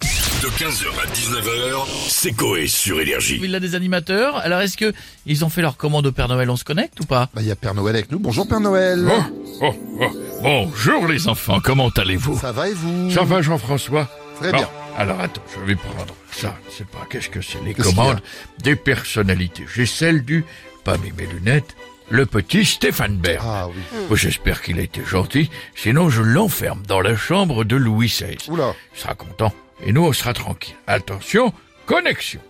De 15h à 19h, c'est Coé sur Énergie. Villa des animateurs. Alors est-ce que ils ont fait leur commande au Père Noël On se connecte ou pas Bah, il y a Père Noël avec nous. Bonjour Père Noël. Oh, oh, oh. Bonjour les Oh, enfants, comment allez-vous Ça va et vous Ça va Jean-François Très Bon, bien. Alors attends, je vais prendre ça. C'est pas qu'est-ce que c'est les Qu'est-ce qu'il y a commandes des personnalités. J'ai celle du pas mis mes lunettes, le petit Stéphane Bern. Ah oui. Oh, J'espère qu'il a été gentil, sinon je l'enferme dans la chambre de Louis XVI. Oula. Il sera content et nous on sera tranquille. Attention, connexion.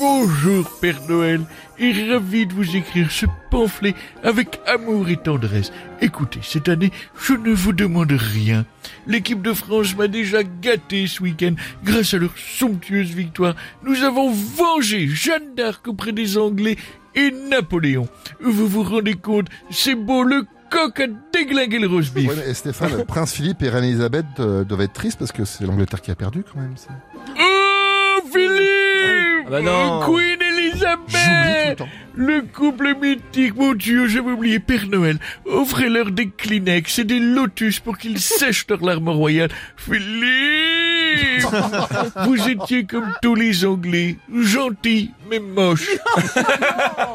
Bonjour Père Noël, et ravi de vous écrire ce pamphlet avec amour et tendresse. Écoutez, cette année, je ne vous demande rien. L'équipe de France m'a déjà gâté ce week-end. Grâce à leur somptueuse victoire, nous avons vengé Jeanne d'Arc auprès des Anglais et Napoléon. Vous vous rendez compte, c'est beau, le coq a déglingué le roast beef. Ouais, mais Stéphane, le Prince Philippe et Reine Elisabeth euh, doivent être tristes parce que c'est l'Angleterre qui a perdu quand même. ça. Oh, Philippe bah non. Euh, Queen Ah J'oublie tout le Elizabeth temps. Le couple mythique, mon Dieu, j'avais oublié Père Noël. Offrez-leur des Kleenex et des Lotus pour qu'ils sèchent leurs larmes royales. Philippe Vous étiez comme tous les Anglais, gentils mais moches.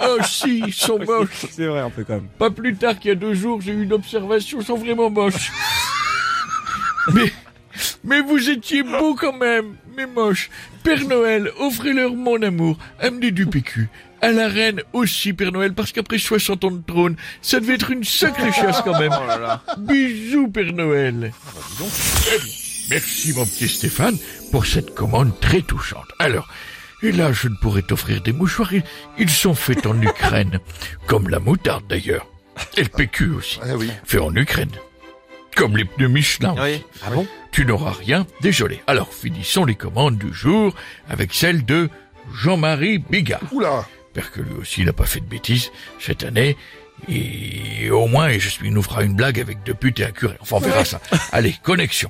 oh si, ils sont moches. C'est vrai un peu quand même. Pas plus tard qu'il y a deux jours, j'ai eu une observation sans vraiment moche. mais, mais vous étiez beau quand même, mais moche. Père Noël, offrez-leur mon amour, amenez du PQ. À la reine aussi, Père Noël, parce qu'après 60 ans de trône, ça devait être une sacrée chasse quand même. Bisous, Père Noël. Eh bien, Merci, mon petit Stéphane, pour cette commande très touchante. Alors, et là, je ne pourrais t'offrir des mouchoirs, ils, ils sont faits en Ukraine. Comme la moutarde, d'ailleurs. Et le PQ aussi. Ah oui. Fait en Ukraine. Comme les pneus Michelin. aussi. Oui. Ah bon Tu n'auras rien, désolé. Alors, finissons les commandes du jour avec celle de Jean-Marie Bigard. Oula. J'espère que lui aussi n'a pas fait de bêtises cette année. Et au moins, et je suis, il nous fera une blague avec deux putes et un curé. Enfin, on verra ça. Allez, connexion.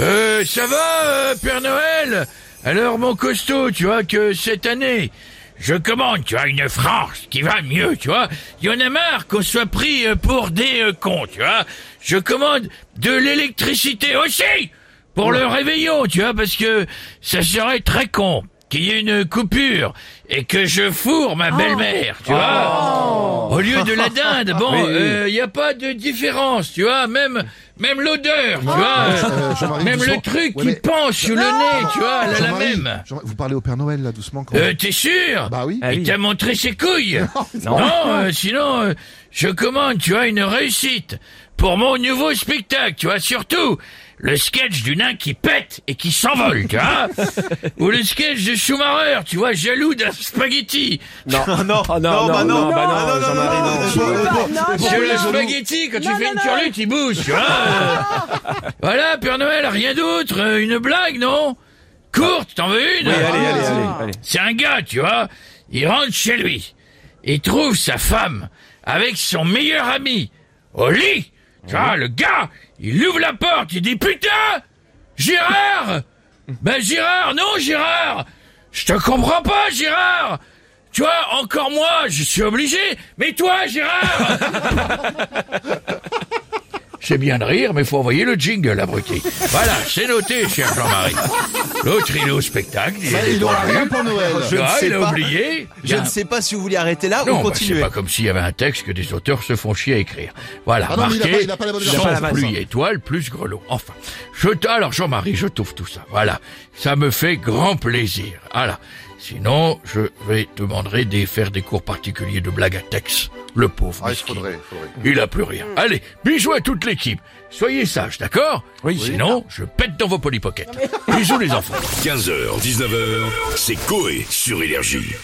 Euh, ça va, euh, Père Noël Alors, mon costaud, tu vois que cette année, je commande, tu vois, une France qui va mieux, tu vois. Il y en a marre qu'on soit pris euh, pour des euh, cons, tu vois. Je commande de l'électricité aussi pour le réveillon, tu vois, parce que ça serait très con qu'il y ait une coupure et que je fourre ma belle-mère, tu vois. Au lieu de la dinde, bon, il y a pas de différence, tu vois, même même l'odeur, tu vois. Euh, Jean-Marie, même doucement. le truc Ouais, qui mais- penche sur le nez, tu vois, elle a la Jean-Marie, même. Jean- vous parlez au Père Noël là doucement quand Euh, même. t'es sûr Bah oui. Ah Il oui. t'a montré ses couilles Non, euh, sinon, euh, je commande, tu vois, une réussite pour mon nouveau spectacle, tu vois, surtout le sketch du nain qui pète et qui s'envole, tu vois Ou le sketch de Schumacher, tu vois, jaloux d'un spaghetti Non. non, non, non, bah non, non, bah non, non, non, Jean-Marie, non, non. non, tu non, veux- non, non, non, Sur le non, spaghetti, quand tu Non, fais non, une non. turlute, il bouge, tu vois Euh, Voilà, Père Noël, rien d'autre, euh, une blague, non Courte, t'en veux une Oui, allez, allez, allez, allez. C'est un gars, tu vois. Il rentre chez lui. Il trouve sa femme avec son meilleur ami au lit. Tu vois, le gars, il ouvre la porte, il dit putain, Gérard. Ben Gérard, non Gérard, je te comprends pas Gérard. Tu vois, encore moi, je suis obligé. Mais toi, Gérard. C'est bien de rire, mais faut envoyer le jingle, abruti. Voilà, c'est noté, cher Jean-Marie. L'autre, il est au spectacle. Il, est Il aura rien pour Noël. Je ne ah, sais il a pas. oublié. Il y Je a ne un- sais pas si vous voulez arrêter là Non, ou bah, c'est continuer. pas comme s'il y avait un texte que des auteurs se font chier à écrire. Voilà, Ah non, mais il a marqué, pas- il a pas la bonne version. sans Il a pas la bonne plus étoile, plus grelot. Enfin, je t- alors Jean-Marie, je trouve tout ça. Voilà, ça me fait grand plaisir. Voilà. Sinon, je vais demanderai de faire des cours particuliers de blagues à texte. Le pauvre. Ah, il mesquin. faudrait, il faudrait. Il a plus rien. Allez, bisous à toute l'équipe. Soyez sages, d'accord Oui. Sinon, je pète dans vos polypockets. Bisous les enfants. 15h, 19h, c'est Coé sur Énergie.